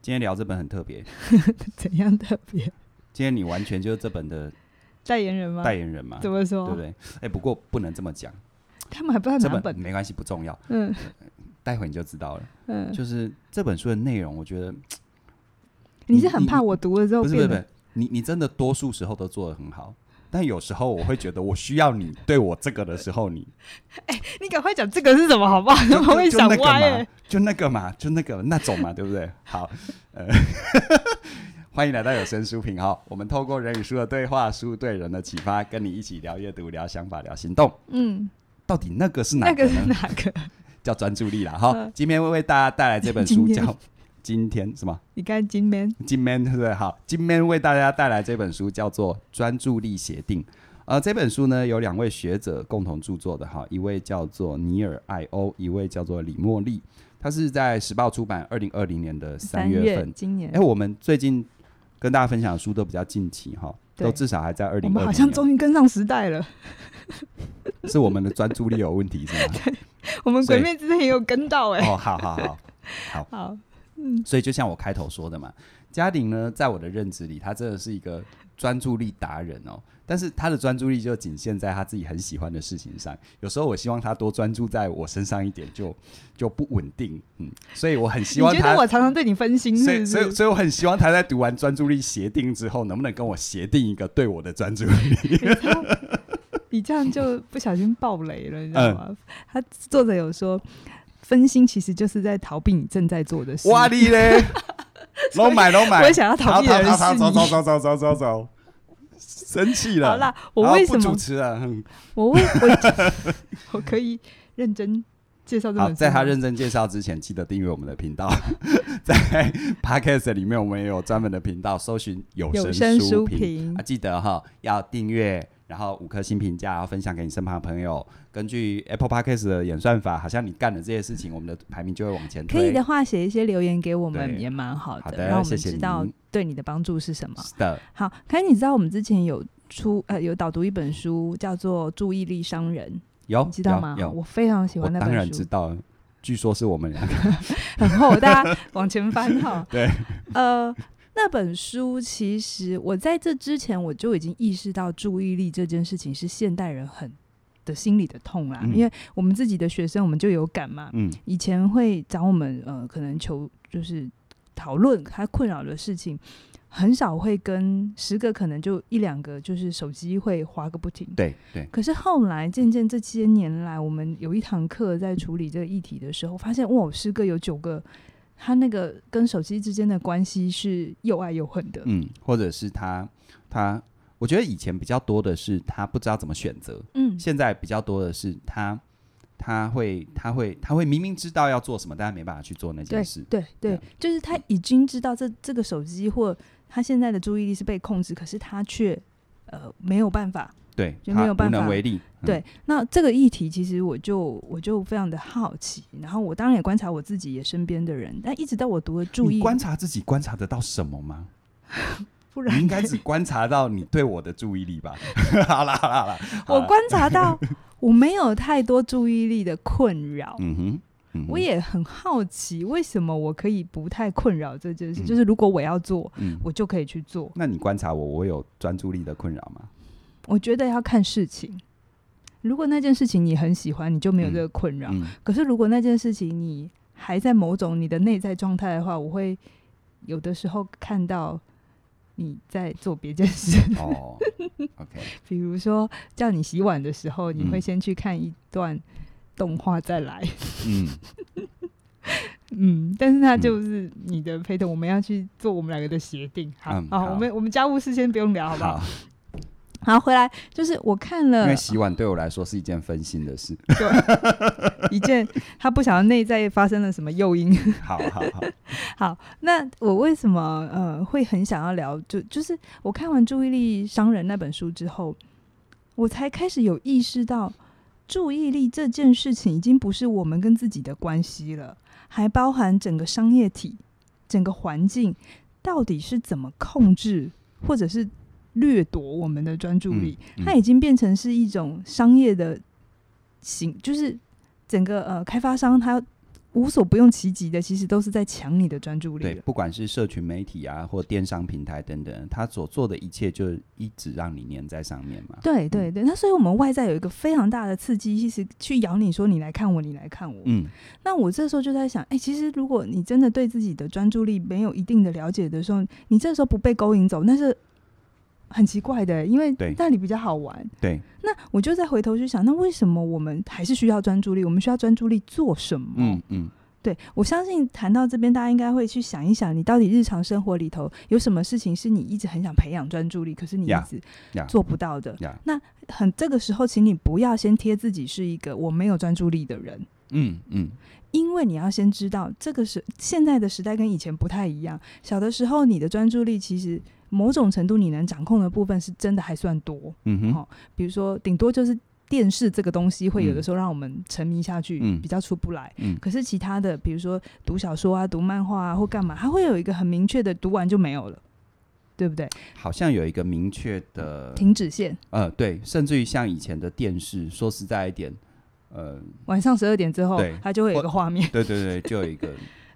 今天聊这本很特别， 怎样特别？今天你完全就是这本 的代言人吗？代言人嘛，怎对么说？不对？哎、不过不能这么讲，他们还不知道这哪本本。没关系，不重要，嗯待会你就知道了。嗯，就是这本书的内容，我觉得你你是很怕你我读了之后不是不是变不得是，你你真的多数时候都做得很好，但有时候我会觉得我需要你对我这个的时 候，你你赶快讲这个是什么好不好？就我会就想那个歪、嘛欸。，就那个嘛，就那个那种嘛，对不对？好，呃， 欢迎来到有声书评哈，我们透过人与书的对话，书对人的启发，跟你一起聊阅读、聊想法、聊行动。嗯，到底那个是哪那个个呢？是哪个？叫专注力啦哈嗯。今天会为大家带来这本今书天叫。今天什么？你看金门，今天对不对？好，今天为大家带来这本书叫做《专注力协定》。呃，这本书呢有两位学者共同著作的哈，一位叫做尼尔·艾欧，一位叫做李莫利。他是在时报出版二零二零年的三月份。今年哎、，我们最近跟大家分享的书都比较近期哈，对都至少还在二我零们二好像零终于跟上时代了。是我们的专注力有问题是 吗？我们所鬼以面之前也有跟到哎、哦，好好好，好，所以就像我开头说的嘛，嘉玲呢，在我的认知里，她真的是一个专注力达人哦。但是她的专注力就仅限在她自己很喜欢的事情上。有时候我希望她多专注在我身上一点就，就不稳定。嗯，所以我很你希望觉得她，我常常对你分心所是以不所以是？所以我很希望她在读完专注力协定之后，能不能跟我协定一个对我的专注 力？你这样你这样就不小心爆雷了，你知道嗯吗？他作者有说，分心其实就是在逃避你正在做的事。哇你 嘞，拢 买拢买，我也想要逃逃避的逃人逃是逃你。走走走走走 走走，生气了。好啦，我为好什不么主持了？嗯哼我为 我我可以认真介绍这好，本书在他吗认真介绍之前，记得订阅我们的频道。 在 Podcast 里面，我们也有专门的频道，搜寻有有声声书书评评啊，，记得哈要订阅，然后五颗星评价，然后分享给你身旁的朋友。根据 Apple Podcast 的演算法，好像你干了这些事情，我们的排名就会往前推。可以的话写一些留言给我们对也蛮好好的，的让我们谢谢知道您对你的帮助是什么。是的，好，可是你知道我们之前有出呃有导读一本书叫做《注意力商人》，有你知道吗有？有我非常喜我欢那当然本知书，道，据说是我们 两个很厚，大家往前翻哈。 对，呃。那本书其实我在这之前我就已经意识到注意力这件事情是现代人很的心理的痛啦，嗯因为我们自己的学生我们就有感嘛，嗯以前会找我们呃，可能求就是讨论他困扰的事情，很少会跟十个可能就一两个，就是手机会划个不停。对对可是后来渐渐这些年来，我们有一堂课在处理这个议题的时候，发现哇，十个有九个，他那个跟手机之间的关系是又爱又恨的。嗯，或者是他他，我觉得以前比较多的是他不知道怎么选择。嗯，现在比较多的是他他会他会他会明明知道要做什么，但他没办法去做那件对事。对对对啊，就是他已经知道这这个手机或他现在的注意力是被控制，可是他却呃没有办法对，就他没有办无能法为力。嗯，对，那这个议题其实我就我就非常的好奇，然后我当然也观察我自己也身边的人，但一直到我读了注你意，观察自己观察得到什么吗？不你然应该只观察到你对我的注意力吧。 好啦好啦好啦，好 我啦观察到我没有太多注意力的困扰。嗯哼，嗯哼哦我也很好奇，为什么我可以不太困扰这件事？嗯就是如果我要做，嗯。我就可以去做。那你观察我，我有专注力的困扰吗？我觉得要看事情，如果那件事情你很喜欢，你就没有这个困扰。嗯，可是如果那件事情你还在某种你的内在状态的话，我会有的时候看到你在做别件事， 哦，OK，比如说叫你洗碗的时候，你会嗯先去看一段动画再来，嗯，嗯，但是它就是你的陪同，我们要去做我们两个的协定。好，嗯好，好我们我们家务事先不用聊，好不呃好？好，好，回来就是我看因了为洗碗对我来说是一件分心的事。一件他不想要内在发生了什么诱因，好好好，好，那我为什么呃会很想要聊？就就是我看完《注意力商人》那本书之后，我才开始有意识到，注意力这件事情已经不是我们跟自己的关系了，还包含整个商业体、整个环境到底是怎么控制或者是掠夺我们的专 注力。嗯嗯它已经变成是一种商业的行，就是整个呃开发商他。无所不用其极的，其实都是在抢你的专注力对，了。不管是社群媒体啊，或电商平台等等，它所做的一切就一直让你粘在上面嘛。对对对，那所以我们外在有一个非常大的刺激，其实去咬你说你来看我，你来看我。嗯，那我这时候就在想，哎、其实如果你真的对自己的专注力没有一定的了解的时候，你这时候不被勾引走，那是很奇怪的、欸因为对那里比较好玩。对，那我就再回头去想，那为什么我们还是需要专注力？我们需要专注力做什么？嗯嗯，对我相信谈到这边，大家应该会去想一想，你到底日常生活里头有什么事情是你一直很想培养专注力，可是你一 Yeah, 直 yeah 做不到的。呀，很这个时候，请你不要先贴自己是一个我没有专注力的人。嗯嗯，因为你要先知道，这个是现在的时代跟以前不太一样。小的时候，你的专注力其实某种程度你能掌控的部分是真的还算多，嗯哼，好比如说顶多就是电视这个东西会有的嗯时候让我们沉迷下去，嗯比较出不来。嗯可是其他的，比如说读小说啊、读漫画啊或干嘛，它会有一个很明确的，读完就没有了，对不对？好像有一个明确的，停止线，呃，对，甚至于像以前的电视，说实在一点，呃，晚上十二点之后对，嗯它就会有一个画面。对对对，就有一个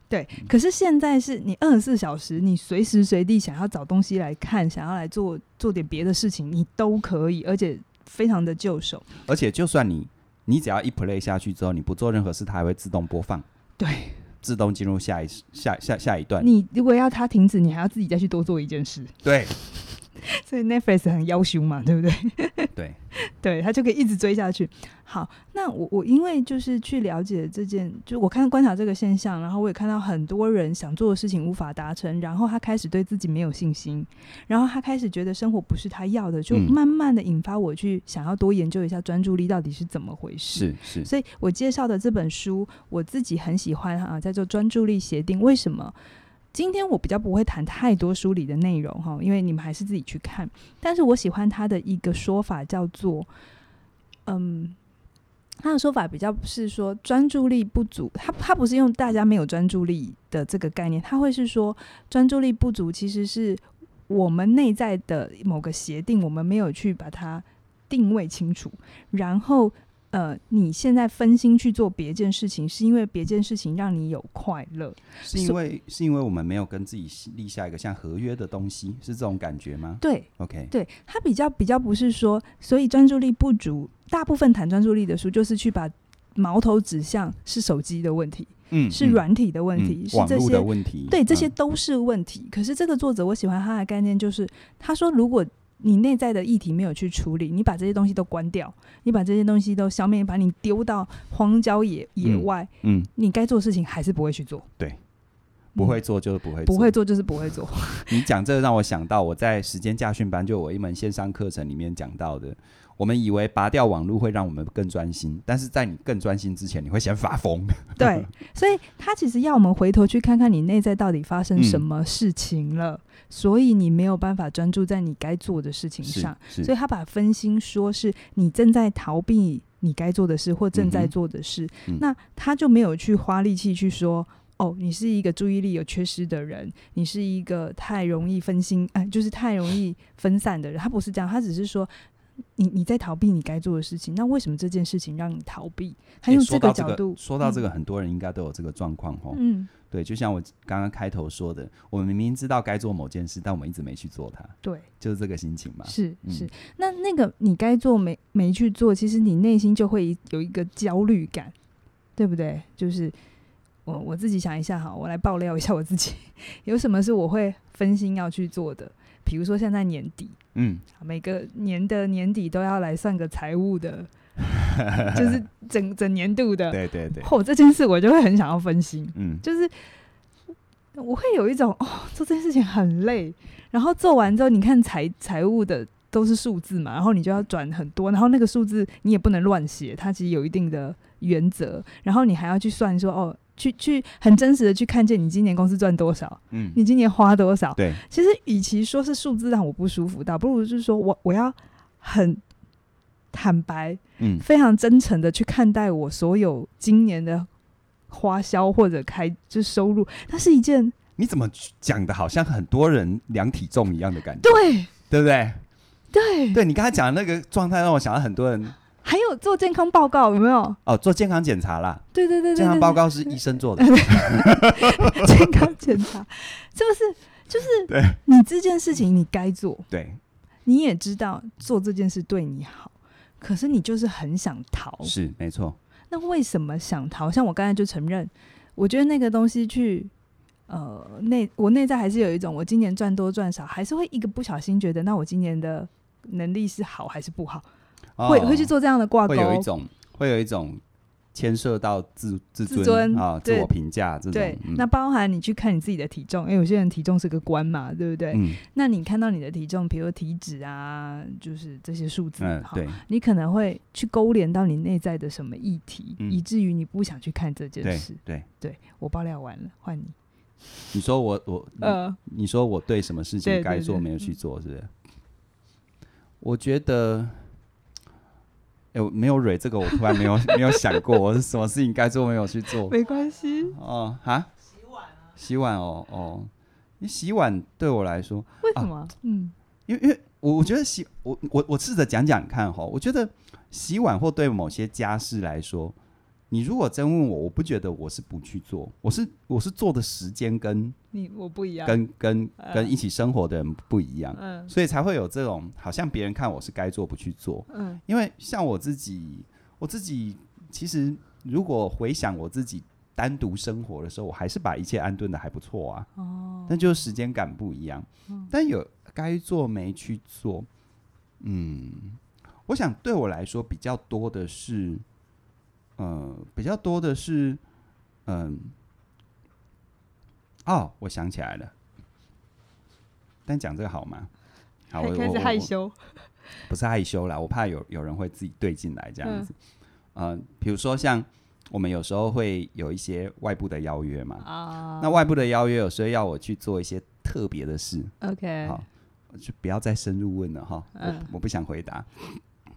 对，可是现在是你二十四小时，你随时随地想要找东西来看，想要来做做点别的事情，你都可以，而且非常的就手。而且就算你你只要一 play 下去之后，你不做任何事，它还会自动播放，对自动进入下一下下下一段。你如果要它停止，你还要自己再去多做一件事，对 所以 Netflix 很要求嘛，对不对？ 对， 对，它就可以一直追下去。好，那我我因为就是去了解这件，就我看观察这个现象，然后我也看到很多人想做的事情无法达成，然后他开始对自己没有信心，然后他开始觉得生活不是他要的，就嗯慢慢的引发我去想要多研究一下专注力到底是怎么回事。是是，所以我介绍的这本书，我自己很喜欢啊，叫做《专注力协定》。为什么？今天我比较不会谈太多书里的内容哈，因为你们还是自己去看。但是我喜欢他的一个说法叫做，嗯，他的说法比较是说专注力不足，他他不是用大家没有专注力的这个概念，他会是说专注力不足其实是我们内在的某个协定，我们没有去把它定位清楚，然后呃，你现在分心去做别件事情，是因为别件事情让你有快乐。是因为是因为我们没有跟自己立下一个像合约的东西，是这种感觉吗对？OK，对，它比较比较不是说，所以专注力不足，大部分谈专注力的书就是去把矛头指向是手机的问题，嗯是软体的问题，嗯是网这络些的问题，对，这嗯些都是问题。可是这个作者，我喜欢他的概念就是，他说如果你内在的议题没有去处理，你把这些东西都关掉，你把这些东西都消灭，你把你丢到荒郊野野嗯外，嗯，你该做的事情还是不会去做。对，嗯不会做就是不会不做会。做就是不 会做。你讲这个让我想到，我在时间驾训班就我一门线上课程里面讲到的，我们以为拔掉网络会让我们更专心，但是在你更专心之前，你会先发疯。 对，所以他其实要我们回头去看看你内在到底发生嗯什么事情了，所以你没有办法专注在你该做的事情是上，是所以他把分心说是你正在逃避你该做的事或正嗯在哼做的事，嗯那他就没有去花力气去说。哦，你是一个注意力有缺失的人，你是一个太容易分心，哎、就是太容易分散的人。他不是这样，他只是说你你在逃避你该做的事情。那为什么这件事情让你逃避？他诶用说个到角度，说到这嗯个，很多人应该都有这个状况哦。嗯，对，就像我刚刚开头说的，我们明明知道该做某件事，但我们一直没去做它，对，就是这个心情嘛。是是嗯。那那个你该做没没去做，其实你内心就会有一个焦虑感，对不对？就是我我自己想一下哈，我来爆料一下我自己， 有什么是我会分心要去做的？比如说现在年底，嗯，每个年的年底都要来算个财务的， 就是整整年度的。对对对，哦，这件事我就会很想要分心。嗯，就是我会有一种哦，做这件事情很累，然后做完之后，你看财财务的都是数字嘛，然后你就要转很多，然后那个数字你也不能乱写，它其实有一定的原则，然后你还要去算说哦。去去很真实的去看见你今年公司赚多少，嗯，你今年花多少。对，其实与其说是数字让我不舒服，倒不如就是说我我要很坦白，嗯非常真诚的去看待我所有今年的花销或者开就收入，它是一件你怎么讲的好像很多人量体重一样的感觉，对对不对？对，对你刚才讲的那个状态，让我想到很多人还有做做健康报告有没有？哦，做健康检查啦，对对对对对健康报对告是医生做的， 健康检查，是不是？就是对你这件事情你该做，对，你也知道做这件事对你好，可是你就是很想逃。是没错，那为什么想逃？像我刚才就承认，我觉得那个东西去，呃，内我内在还是有一种，我今年赚多赚少，还是会一个不小心觉得，那我今年的能力是好还是不好，哦会会去做这样的挂钩会。有一种会有一种牵涉到自自自尊尊啊、自对我评价这种。对，嗯那包含你去看你自己的体重，因为有些人体重是个关嘛，对不对？嗯那你看到你的体重，比如体脂啊，就是这些数字，嗯好，对你可能会去勾连到你内在的什么议题，嗯以至于你不想去看这件对事。对，对我爆料完了，换你。你说我我、呃，你说我对什么事对情对该做对嗯没有去做，是不是？我觉得。哎、我没有蕊这个，我突然没有 没有想过，我是什么事情该做没有去做。没关系。哦，哈，洗碗哦哦，你洗碗对我来说，为什么？嗯，因为因为我我觉得洗我我我试着讲讲看哈，我觉得洗碗或对某些家事来说，你如果真问我，我不觉得我是不去做，我是我是做的时间跟你我不一样。跟啊跟呃跟一起生活的人不一样，嗯所以才会有这种好像别人看我是该做不去做，嗯因为像我自己，我自己其实如果回想我自己单独生活的时候，我还是把一切安顿的还不错啊。哦，但就是时间感不一样。嗯但有该做没去做，嗯，我想对我来说比较多的是，呃，比较多的是，嗯、哦，我想起来了。但讲这个好吗？好，我开我始我害我羞。不是害羞啦，我怕有有人会自己对进来这样嗯子。呃，比如说像我们有时候会有一些外部的邀约嘛，啊那外部的邀约有时候要我去做一些特别的事， OK，好就不要再深入问了哈，嗯我我不想回答。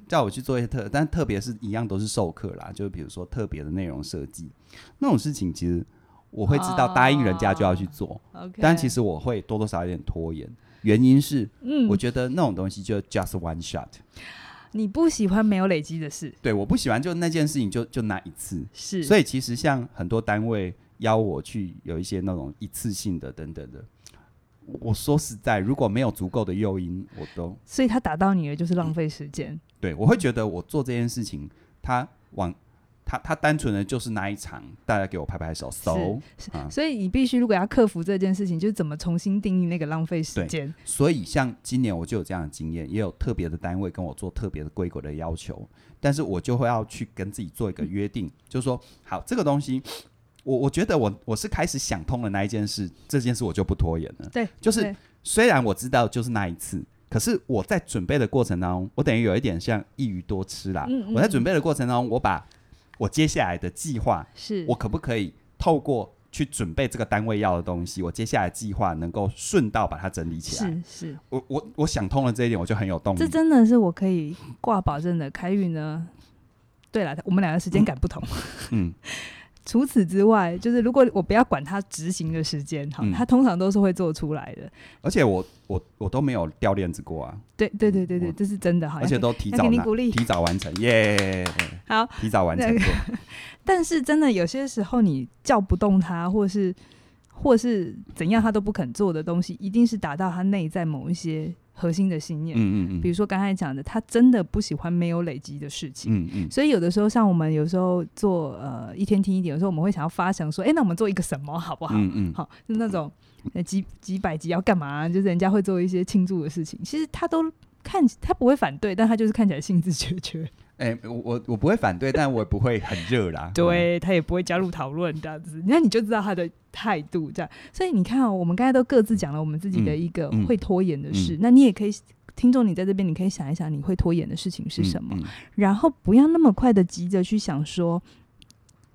叫我去做一些特，但特别是一样都是授课啦，就比如说特别的内容设计那种事情，其实我会知道哦答应人家就要去做， OK。但其实我会多多少少有点拖延，原因是嗯我，觉得那种东西就 just one shot，、你不喜欢没有累积的事，对，我不喜欢就那件事情就就那一次，是，所以以其实像很多单位邀我去有一些那种一次性的等等的，我说实在，如果没有足够的诱因，我都所以他打到你的就是浪费时间。对我会觉得我做这件事情，他往他他单纯的就是那一场，大家给我拍拍手，so 是啊，所以你必须，如果要克服这件事情，就是怎么重新定义那个浪费时对间。所以像今年我就有这样的经验，也有特别的单位跟我做特别的规格的要求，但是我就会要去跟自己做一个约定，就是说，好，这个东西，我我觉得我我是开始想通了那一件事，这件事我就不拖延了。对，就是对虽然我知道就是那一次，可是我在准备的过程当中，我等于有一点像一鱼多吃啦。嗯嗯我在准备的过程当中，我把我接下来的计划，是我可不可以透过去准备这个单位要的东西，我接下来计划能够顺道把它整理起来。是是，我我我想通了这一点，我就很有动力这。真的是我可以挂保证的。凯宇呢，对了，我们两个时间感不同。嗯， 除此之外，就是如果我不要管他执行的时间，哈、嗯他通常都是会做出来的。而且我我我都没有掉链子过啊，对对对对对，我这是真的哈。而且都提要早给你拿鼓励提早完成，耶、好，提早完成那 过。但是真的有些时候你叫不动他，或是或是怎样，他都不肯做的东西，一定是达到他内在某一些核心的信念。嗯嗯比嗯如说刚才讲的，他真的不喜欢没有累积的事情。嗯嗯，所以有的时候，像我们有时候做呃一天听一点，有时候我们会想要发想说，哎、那我们做一个什么好不好？嗯嗯好，就那种呃几几百集要干嘛、啊就是人家会做一些庆祝的事情，其实他都看起他不会反对，但他就是看起来兴致缺缺，。哎、我我我不会反对，但我也不会很热啦嗯 对他也不会加入讨论这样子，那你就知道他的态度这样。所以你看、哦，我们刚才都各自讲了我们自己的嗯一个嗯会拖延的事，嗯那你也可以。听众，你在这边，你可以想一想你会拖延的事情是嗯什么，嗯然后不要那么快的急着去想说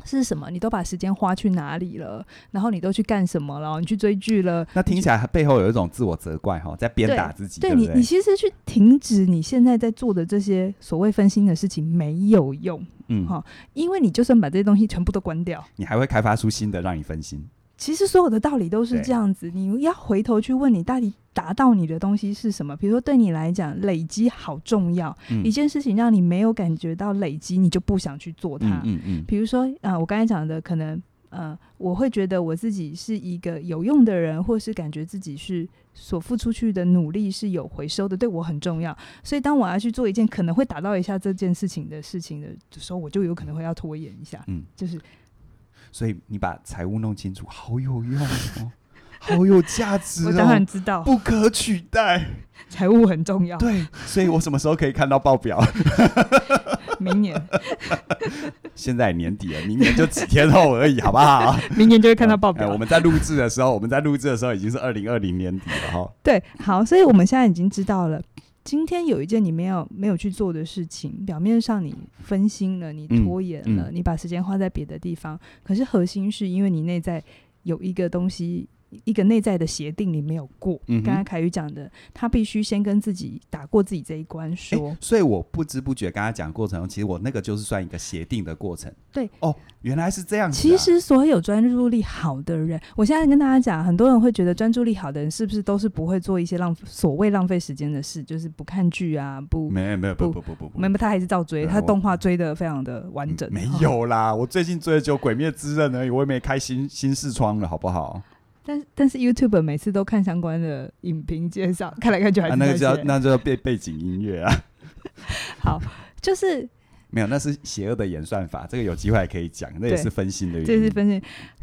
是什么，你都把时间花去哪里了，然后你都去干什么了，你去追剧了，那听起来背后有一种自我责怪哈，在鞭对打自己，对不你，对？你其实去停止你现在在做的这些所谓分心的事情没有用，嗯好，因为你就算把这些东西全部都关掉，你还会开发出新的让你分心。其实所有的道理都是对这样子，你要回头去问你到底达到你的东西是什么。比如说，对你来讲，累积好重要。嗯一件事情让你没有感觉到累积，你就不想去做它。嗯嗯比如说，啊、我刚才讲的，可能呃，我会觉得我自己是一个有用的人，或是感觉自己是所付出去的努力是有回收的，对我很重要。所以，当我要去做一件可能会打到一下这件事情的事情的时候，我就有可能会要拖延一下。嗯，就是嗯，所以你把财务弄清楚，好有用哦，好有价值我哦，当然知道不可取代。财务很重要，对，所以我什么时候可以看到报表？ 明年现在年底了，明年就几天后而已，好不好？明年就 会看到报表。哎我们在录制的时候，我们在录制的时候已经是二零二零年底了哈。对，好，所以我们现在已经知道了，今天有一件你没有没有去做的事情，表面上你分心了，你嗯拖延了，你把时间花在别的地方，可是核心是因为你内在有一个东西。一个内在的协定你没有过，嗯哼刚才凯宇讲的，他必须先跟自己打过自己这一关说，诶所以我不知不觉刚才讲的过程中，其实我那个就是算一个协定的过程。对，哦，原来是这样子、啊。其，实所有专注力好的人，我现在跟大家讲，很多人会觉得专注力好的人是不是都是不会做一些浪所谓浪费时间的事，就是不看剧啊，不没有没有不不不不不不，没有，他还是照追，对啊他我嗯动画追的非常的完整。哦没哈，有啦，我最近追的就《鬼灭之刃》而已，我也没开新新视窗了，好不好？但但是 YouTube 每次都看相关的影评介绍，看来看去还啊，是那那个些。叫那就叫背背景音乐啊，就是没有，那是邪恶的演算法，这个有机会还可以讲，那也对是分心的原因。这是分析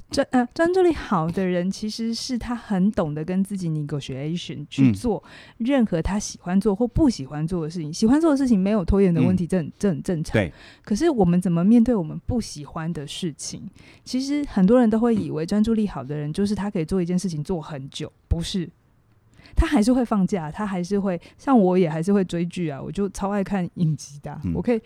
专呃专注力好的人，其实是他很懂得跟自己 negotiation 去嗯做任何他喜欢做或不喜欢做的事情。喜欢做的事情没有拖延的问题，这很这很正常。嗯对。可是我们怎么面对我们不喜欢的事情？其实很多人都会以为专注力好的人就是他可以做一件事情做很久，不是。他还是会放假，他还是会像我也还是会追剧啊，我就超爱看影集的啊、嗯我可以，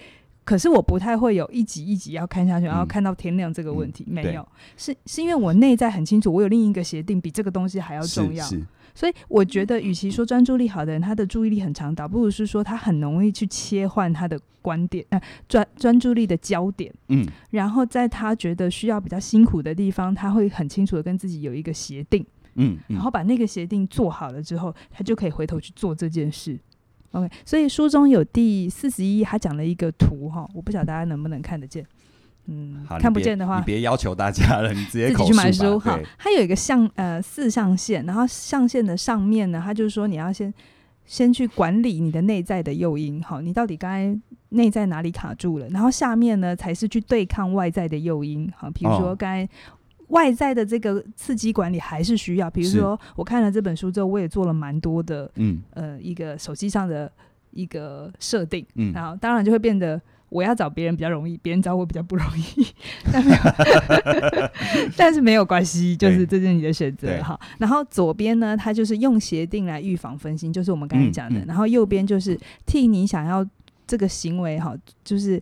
可是我不太会有一集一集要看下去，然后嗯看到天亮这个问嗯题、没对有，是是因为我内在很清楚，我有另一个协定比这个东西还要重要，是是，所以我觉得，与其说专注力好的人他的注意力很长导，不如是说他很容易去切换他的观点，呃，专专注力的焦点，嗯，然后在他觉得需要比较辛苦的地方，他会很清楚的跟自己有一个协定，嗯，嗯然后把那个协定做好了之后，他就可以回头去做这件事。OK，所以书中有第四十一，他讲了一个图哈，我不晓得大家能不能看得见，嗯好，你看不别见的话你，别要求大家了，你直接自己口去买述吧书哈对。它有一个象呃四象限，然后象限的上面呢，它就是说你要先先去管理你的内在的诱因，好，你到底刚才内在哪里卡住了？然后下面呢才是去对抗外在的诱因，好，比如说哦刚才。外在的这个刺激管理还是需要，比如是说我看了这本书之后，我也做了蛮多的嗯呃一个手机上的一个设定，嗯，然后当然就会变得我要找别人比较容易，别人找我比较不容易，但没有， 但是没有关系，就是这是你的选择对哈。然后左边呢，它就是用协定来预防分心，就是我们刚才嗯讲的，嗯然后右边就是替你想要这个行为哈，就是。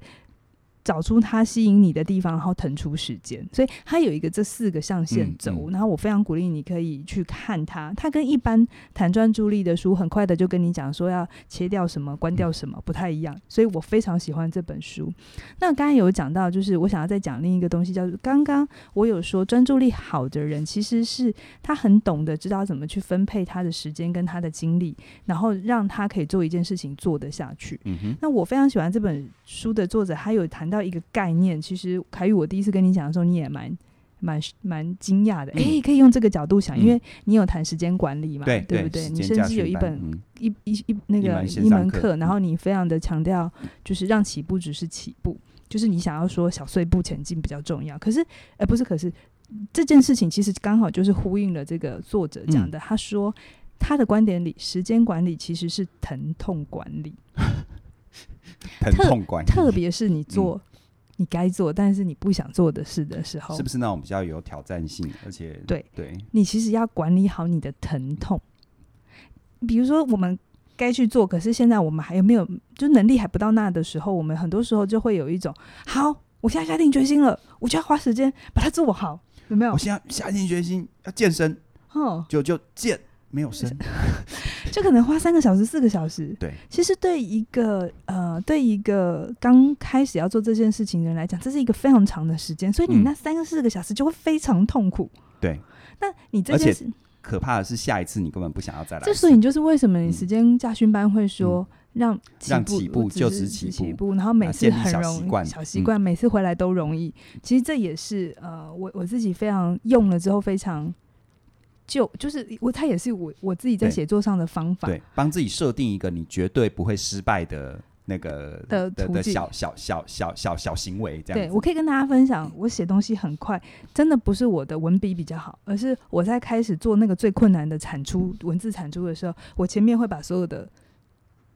找出它吸引你的地方，然后腾出时间，所以它有一个这四个象限嗯轴。嗯然后我非常鼓励你可以去看它，它跟一般谈专注力的书，很快的就跟你讲说要切掉什么、关嗯掉什么，不太一样。所以我非常喜欢这本书。那刚才有讲到，就是我想要再讲另一个东西，叫做刚刚我有说专注力好的人，其实是他很懂得知道怎么去分配他的时间跟他的精力，然后让他可以做一件事情做得下去。嗯哼，那我非常喜欢这本书的作者，他有谈到一个概念。其实凯宇，我第一次跟你讲的时候，你也蛮蛮蛮惊讶的。嗯诶，可以用这个角度想，嗯因为你有谈时间管理嘛，对不对？你甚至有一本一一一那嗯一个门线一上门课嗯课，然后你非常的强调，就是让起步只是起步，就是你想要说小碎步前进比较重要。可是，呃，不是，可是这件事情其实刚好就是呼应了这个作者嗯讲的，他说他的观点里，时间管理其实是疼痛管理，疼特痛管理，特别是嗯你做、你该做但是你不想做的事的时候是，不是那种比较有挑战性，而且 对对，你其实要管理好你的疼痛。比如说，我们该去做，可是现在我们还有没有就能力还不到那的时候，我们很多时候就会有一种，好，我现在下定决心了，我就要花时间把它做好，有没有我？现在下定决心要健身，哦，就就健，没有身，就可能花三个小时、四个小时。对，其实对一个呃，对一个刚开始要做这件事情的人来讲，这是一个非常长的时间，所以你嗯那三个四个小时就会非常痛苦。对，那你这而件且事，可怕的是下一次你根本不想要再来一这次。所以你就是为什么你嗯时间家训班会说、让让起起步步只就是只只起起步步，然后每啊次建立很小容易习惯小习嗯惯，每次回来都容易。其实这也是呃，我我自己非常用了之后非常就就是我，它也是我我自己在对写作上的方法。对，帮自己设定一个你绝对不会失败的那个的的途径小小小小小小行为，这样对子。我可以跟大家分享，我写东西很快，真的不是我的文笔比较好，而是我在开始做那个最困难的产出文字产出的时候，我前面会把所有的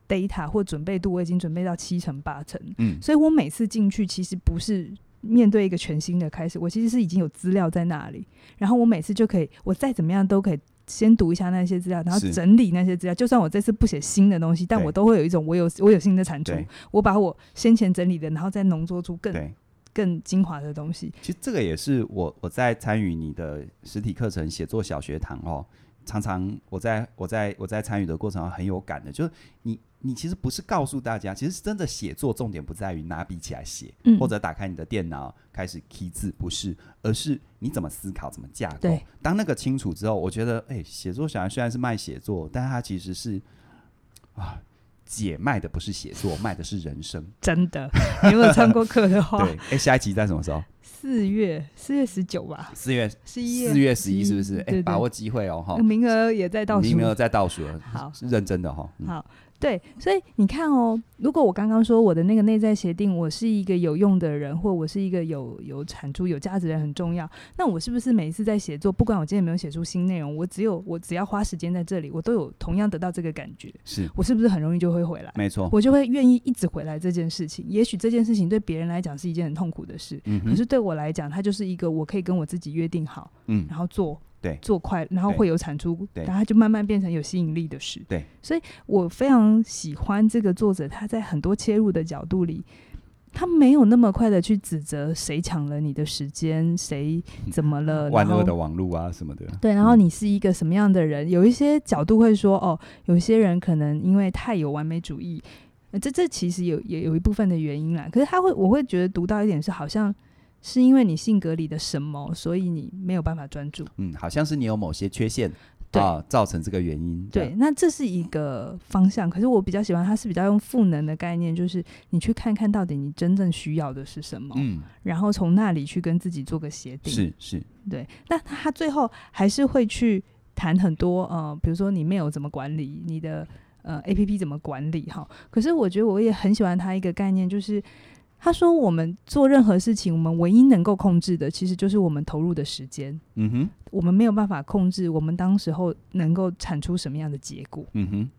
data 或准备度我已经准备到七成八成，嗯，所以我每次进去其实不是面对一个全新的开始，我其实是已经有资料在那里，然后我每次就可以，我再怎么样都可以。先读一下那些资料，然后是整理那些资料。就算我这次不写新的东西，但对我都会有一种我有我有新的产出对。我把我先前整理的，然后再浓缩出更对。更精华的东西。其实这个也是我我在参与你的实体课程写作小学堂哦，常常我在我在我在参与的过程中很有感的，就是你你其实不是告诉大家，其实真的写作重点不在于拿笔起来写，嗯 或者打开你的电脑开始 key 字，不是，而是你怎么思考，怎么架构对。当那个清楚之后，我觉得，哎、写作小孩虽然是卖写作，但它其实是啊。姐卖的不是写作，卖的是人生。真的，你如果上过课的话，对，哎、下一集在什么时候？四月四月十九吧，四月十一嗯四月十一是不是？对哎、对把握机会哦，哈呃，名额也在倒数你。没有在倒数了，好是认真的哈、嗯好，对，所以你看哦，如果我刚刚说我的那个内在协定，我是一个有用的人，或我是一个有有产出、有价值的人很重要，那我是不是每一次在写作，不管我今天有没有写出新内容，我只有我只要花时间在这里，我都有同样得到这个感觉，是我是不是很容易就会回来？没错，我就会愿意一直回来这件事情。也许这件事情对别人来讲是一件很痛苦的事，嗯可哼，是对我来讲，它就是一个我可以跟我自己约定好，嗯，然后做，对做快，然后对会有产出，对然后它就慢慢变成有吸引力的事。对，所以我非常喜欢这个作者，他在很多切入的角度里。他没有那么快的去指责谁抢了你的时间，谁嗯怎么了，万然后恶的网络啊什么的，对，呃然后你是一个什么样的人？有一些角度会说，哦，有些人可能因为太有完美主义，呃、这这其实有也有一部分的原因啦。可是他会，我会觉得读到一点是，好像是因为你性格里的什么，所以你没有办法专注。嗯，好像是你有某些缺陷对啊，造成这个原因，这对样，，那这是一个方向。可是我比较喜欢，它是比较用赋能的概念，就是你去看看到底你真正需要的是什么，嗯，然后从那里去跟自己做个协哦定。是是，对，那他他最后还是会去谈很多呃，比如说你 mail 怎么管理，你的呃 A P P 怎么管理哈。可是我觉得我也很喜欢他一个概念，就是他说我们做任何事情，我们唯一能够控制的，其实就是我们投入的时间。嗯哼，我们没有办法控制我们当时候能够产出什么样的结果，嗯哼，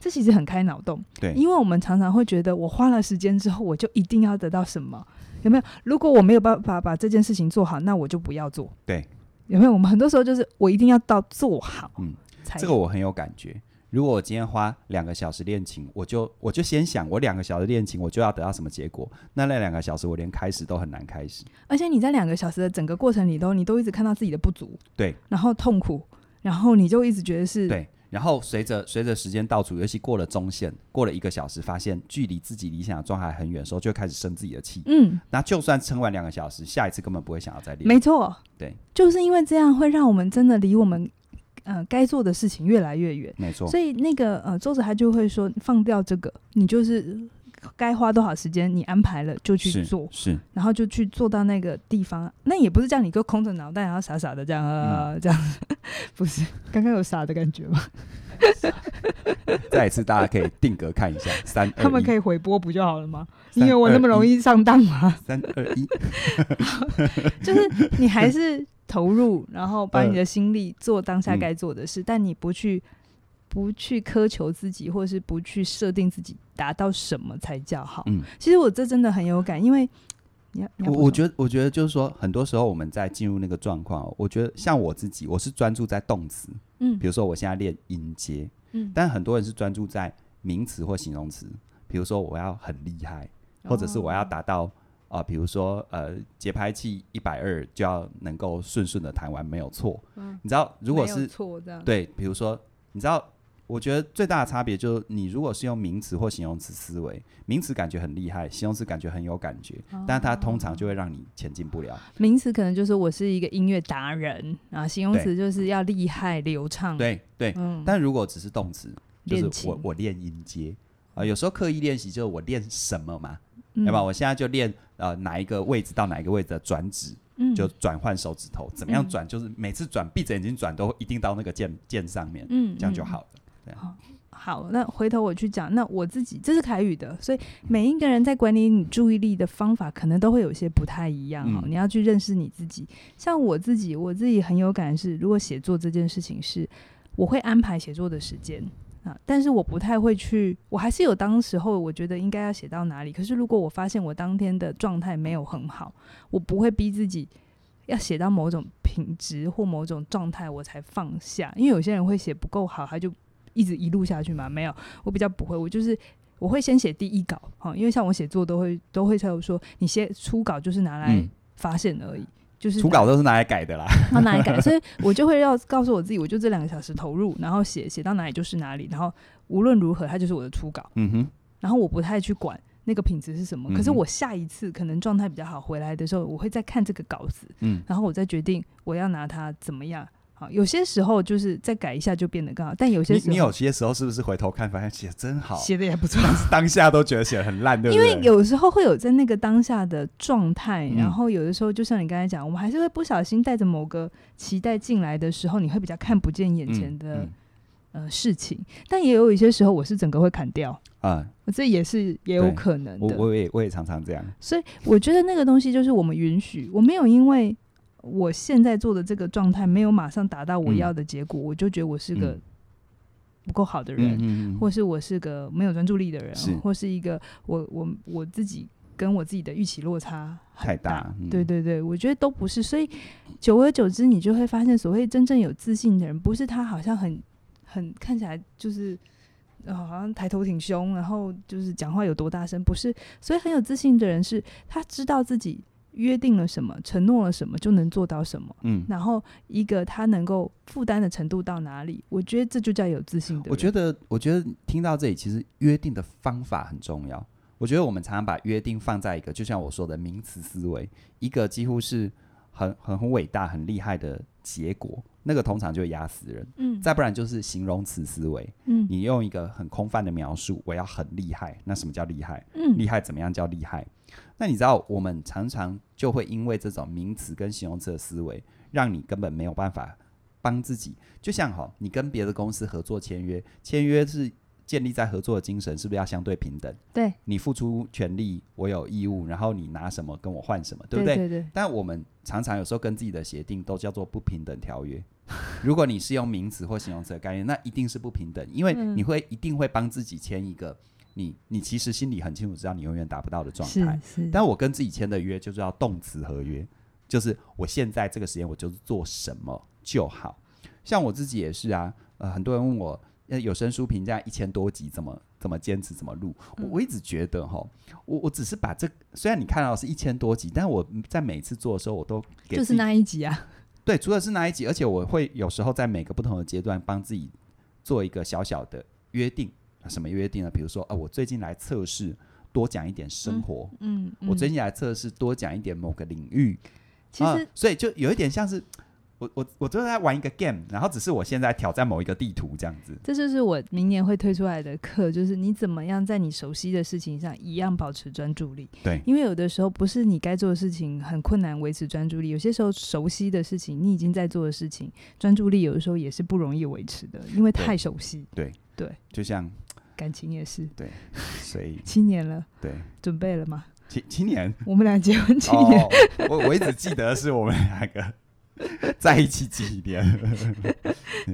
这其实很开脑洞。对因为我们常常会觉得，我花了时间之后，我就一定要得到什么，有没有？如果我没有办法把这件事情做好，那我就不要做。对，有没有？我们很多时候就是我一定要到做好，嗯，才这个我很有感觉。如果我今天花两个小时练琴，我就我就先想，我两个小时练琴，我就要得到什么结果？那那两个小时我连开始都很难开始。而且你在两个小时的整个过程里头，你都一直看到自己的不足，对，然后痛苦，然后你就一直觉得是，对，然后随着随着时间倒数，尤其过了中线，过了一个小时，发现距离自己理想的状态很远的时候，就会开始生自己的气。嗯，那就算撑完两个小时，下一次根本不会想要再练。没错，对，就是因为这样会让我们真的离我们呃该做的事情越来越远。没错，所以那个呃，作者他就会说，放掉这个，你就是该花多少时间，你安排了就去是做，是，然后就去做到那个地方。啊那也不是叫你就空着脑袋，然后傻傻的这样呃、嗯这样，不是？刚刚有傻的感觉吗？再一次大家可以定格呃看一下，三他们可以以回播不就好了吗？三呃你以为我那么容易上当 吗？三二 一，就是你还是投入，然后呃把你的心力做当嗯下该做的事，但你不去不去苛求自己，或是不去设定自己达到什么才叫好。嗯，其实我这真的很有感，因为你要，我我得觉得我觉得就是说，很多时候我们在进入那个状况哦，我觉得像我自己，我是专注在动词，嗯比如说我现在练音阶，嗯，但很多人是专注在名词或形容词，比如说我要很厉害，或哦者是我要达到啊、呃比如说呃节拍器一百二就要能够顺顺的弹完没有错。嗯你知道，如果是错这样，对，比如说你知道我觉得最大的差别就是，你如果是用名词或形容词思维，名词感觉很厉害，形容词感觉很有感觉，哦但它通常就会让你前进不了。名词可能就是我是一个音乐达人啊，形容词就是要厉害、流畅。，对对，嗯，但如果只是动词，就练是琴我我练音阶啊、有时候刻意练习就是我练什么嘛，嗯对吧？我现在就练呃哪一个位置到哪一个位置的转指，嗯就转换手指头，怎么样嗯转？就是每次转闭着眼睛转都一定到那个键键上面，嗯这样就嗯好了。好，那回头我去讲。那我自己这是凯语的，所以每一个人在管理你注意力的方法，可能都会有一些不太一样哦。嗯你要去认识你自己。像我自己，我自己很有感是，如果写作这件事情是，我会安排写作的时间啊，但是我不太会去，我还是有当时候我觉得应该要写到哪里。可是如果我发现我当天的状态没有很好，我不会逼自己。要写到某种品质或某种状态，我才放下。因为有些人会写不够好，他就一直一路下去嘛？没有，我比较不会，我就是我会先写第一稿哈、因为像我写作都会都会有说，你先初稿就是拿来嗯发现而已，就是 哦初稿都是拿来改的啦，要拿来改，所以我就会要告诉我自己，我就这两个小时投入，然后写写到哪里就是哪里，然后无论如何它就是我的初稿，嗯哼，然后我不太去管。那个品质是什么？可是嗯哼我下一次可能状态比较好回来的时候，我会再看这个稿子，嗯然后我再决定我要拿它怎么样。好，有些时候就是再改一下就变得更好，但有些你时候你有些时候是不是回头看发现写得真好，写的也不错，当下都觉得写的很 烂，对不因对？为有时候会有在那个当下的状态，嗯然后有的时候就像你刚才讲，我们还是会不小心带着某个期待进来的时候，你会比较看不见眼前的、嗯呃事情。但也有一些时候，我是整个会砍掉，嗯啊，这也是也有对可能我的。我也我也常常这样，所以我觉得那个东西就是我们允许，我没有因为我现在做的这个状态没有马上达到我嗯要的结果，我就觉得我是个嗯不够好的人。嗯或是我是个没有专注力的人，是或是一个我我我自己跟我自己的预期落差很太大大，嗯对对对，我觉得都不是，所以久而久之，你就会发现，所谓真正有自信的人，不是他好像很很看起来就是。呃好像抬头挺胸，然后就是讲话有多大声，不是？所以很有自信的人是，他知道自己约定了什么，承诺了什么，就能做到什么。嗯，然后一个他能够负担的程度到哪里，我觉得这就叫有自信的人。我觉得我觉得听到这里，其实约定的方法很重要。我觉得我们常常把约定放在一个，就像我说的名词思维，一个几乎是很很很伟大、很厉害的结果，那个通常就会压死人。嗯再不然就是形容词思维，嗯你用一个很空泛的描述，我要很厉害，那什么叫厉害？嗯厉害怎么样叫厉害？那你知道，我们常常就会因为这种名词跟形容词的思维，让你根本没有办法帮自己。就像哈，你跟别的公司合作签约，签约是建立在合作的精神，是不是要相对平等？对你付出权利，我有义务，然后你拿什么跟我换什么，对不对对但我们常常有时候跟自己的协定都叫做不平等条约。 如果你是用名词或形容词的概念，那一定是不平等，因为嗯你会一定会帮自己签一个你你其实心里很清楚知道你永远达不到的状态。是是，但我跟自己签的约就是要动词合约，就是我现在这个时间我就是做什么就好。像我自己也是啊，呃，很多人问我，呃，有声书评价一千多集，怎么怎么坚持，怎么录？我嗯我一直觉得哈，我我只是把这，虽然你看到是一千多集，但我在每次做的时候，我都给就自是己那一集啊，对，除了是哪一集，而且我会有时候在每个不同的阶段帮自己做一个小小的约定。什么约定呢？比如说，啊，我最近来测试多讲一点生活，嗯，我最近近来测试多讲一点某个领域，其实啊、所以就有一点像是我我我都在玩一个 game，然后只是我现在挑战某一个地图这样子。这就是我明年会推出来的课，就是你怎么样在你熟悉的事情上一样保持专注力。对因为有的时候不是你该做的事情很困难维持专注力，有些时候熟悉的事情，你已经在做的事情，专注力有的时候也是不容易维持的，因为对太熟悉。就像感情也是，对，所以七年了，对准备了吗？今今年我们俩结婚七年，哦，我我一直记得是我们两个 在一起几年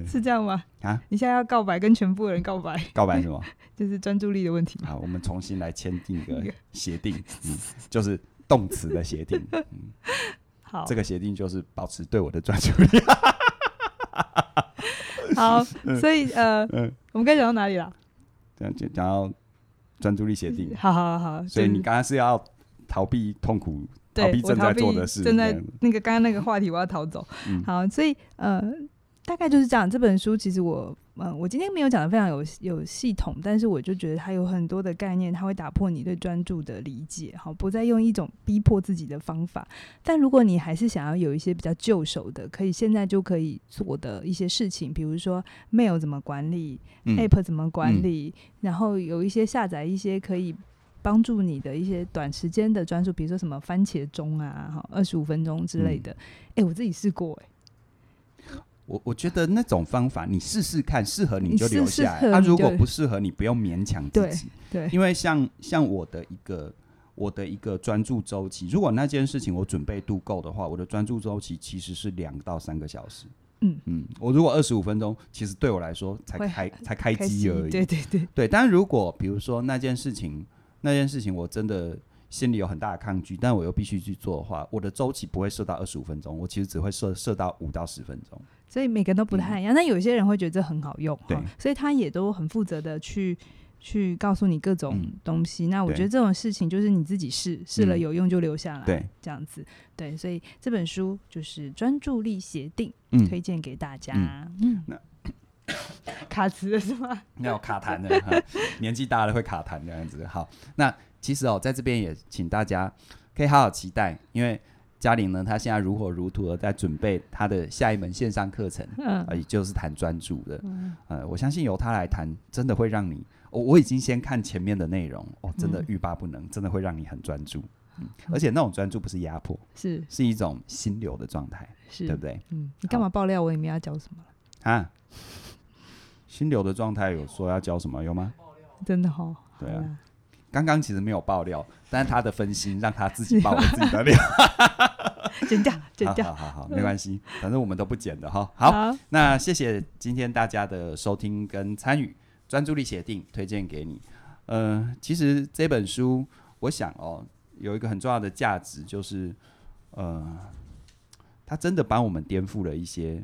是这样吗？啊？你现在要告白，跟全部人告白， 告白什么？就是专注力的问题嘛。好，我们重新来签订一个协定，嗯，就是动词的协定。嗯，好，这个协定就是保持对我的专注力。 好，所以呃，嗯，我们该讲到哪里了？这样就讲到专注力协定，好好好，好所以就是嗯你刚刚是要逃避痛苦，对避我正逃在避做的事，正这在样那个刚刚那个话题我要逃走。嗯好，所以呃，大概就是这样。这本书其实我，嗯，我今天没有讲的非常有有系统，但是我就觉得它有很多的概念，它会打破你对专注的理解，好，不再用一种逼迫自己的方法。但如果你还是想要有一些比较就手的，可以现在就可以做的一些事情，比如说 mail 怎么管理、嗯 app 怎么管理，然后有一些下载一些可以。帮助你的一些短时间的专注，比如说什么番茄钟啊，哈，二十五分钟之类的。嗯哎、我自己试过、诶我我觉得那种方法，你试试看，适合你你就留试下来。适合啊、你如果就不适合，你不用勉强自对己。对因为像像我的一个我的一个专注周期，如果那件事情我准备度够的话，我的专注周期其实是两到三个小时。嗯嗯，我如果二十五分钟，其实对我来说才会开才开开机机而已。对对对，对，但如果比如说那件事情，那件事情我真的心里有很大的抗拒，但我又必须去做的话，我的周期不会设到二十五分钟，我其实只会设设到五到十分钟。所以每个人都不太一样。那、有些人会觉得这很好用，嗯对哈所以他也都很负责的去去告诉你各种嗯东西。那我对觉得这种事情就是你自己试试了嗯有用就留下来，对，这样子。对，所以这本书就是《专注力协定》，推嗯，荐给大家。嗯嗯，那卡词了是吗？那有卡痰的，哈年纪大了会卡痰这样子。好，那其实哦，在这边也请大家可以好好期待，因为嘉玲呢，她现在如火如荼的在准备她的下一门线上课程。嗯呃，也就是谈专注的，嗯呃，我相信由他来谈，真的会让你，我、我已经先看前面的内容，哦，真的嗯欲罢不能，真的会让你很专注，嗯，嗯而且那种专注不是压迫，是 是一种心流的状态，是，对不对？嗯，你干嘛爆料我里面要讲什么？啊，心流的状态有说要教什么有吗？真的哈，对好啊啦，刚刚其实没有爆料，但是他的分心让他自己爆了自己的料，剪掉， 剪好掉。嗯好好好，没关系，反正我们都不剪的哈。好，，那谢谢今天大家的收听跟参与，专注力协定推荐给你。呃，其实这本书，我想哦，有一个很重要的价值就是，呃，它真的帮我们颠覆了一些。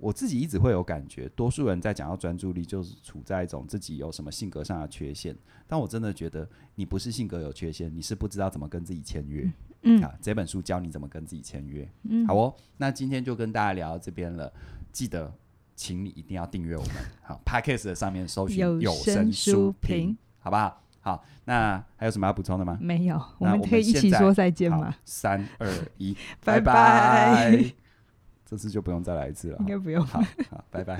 我自己一直会有感觉，多数人在讲到专注力，就是处在一种自己有什么性格上的缺陷。但我真的觉得，你不是性格有缺陷，你是不知道怎么跟自己签约。嗯啊，这本书教你怎么跟自己签约。嗯，好哦，那今天就跟大家聊到这边了，记得。请你一定要订阅我们，好 p a c k a s 的上面搜寻有有声声书书评评，好不好？好，那还有什么要补充的吗？没有，我那们我可们以一现起在说再见好吗？，，三二一拜 拜拜。这次就不用再来一次了应，该不用。好好，拜拜。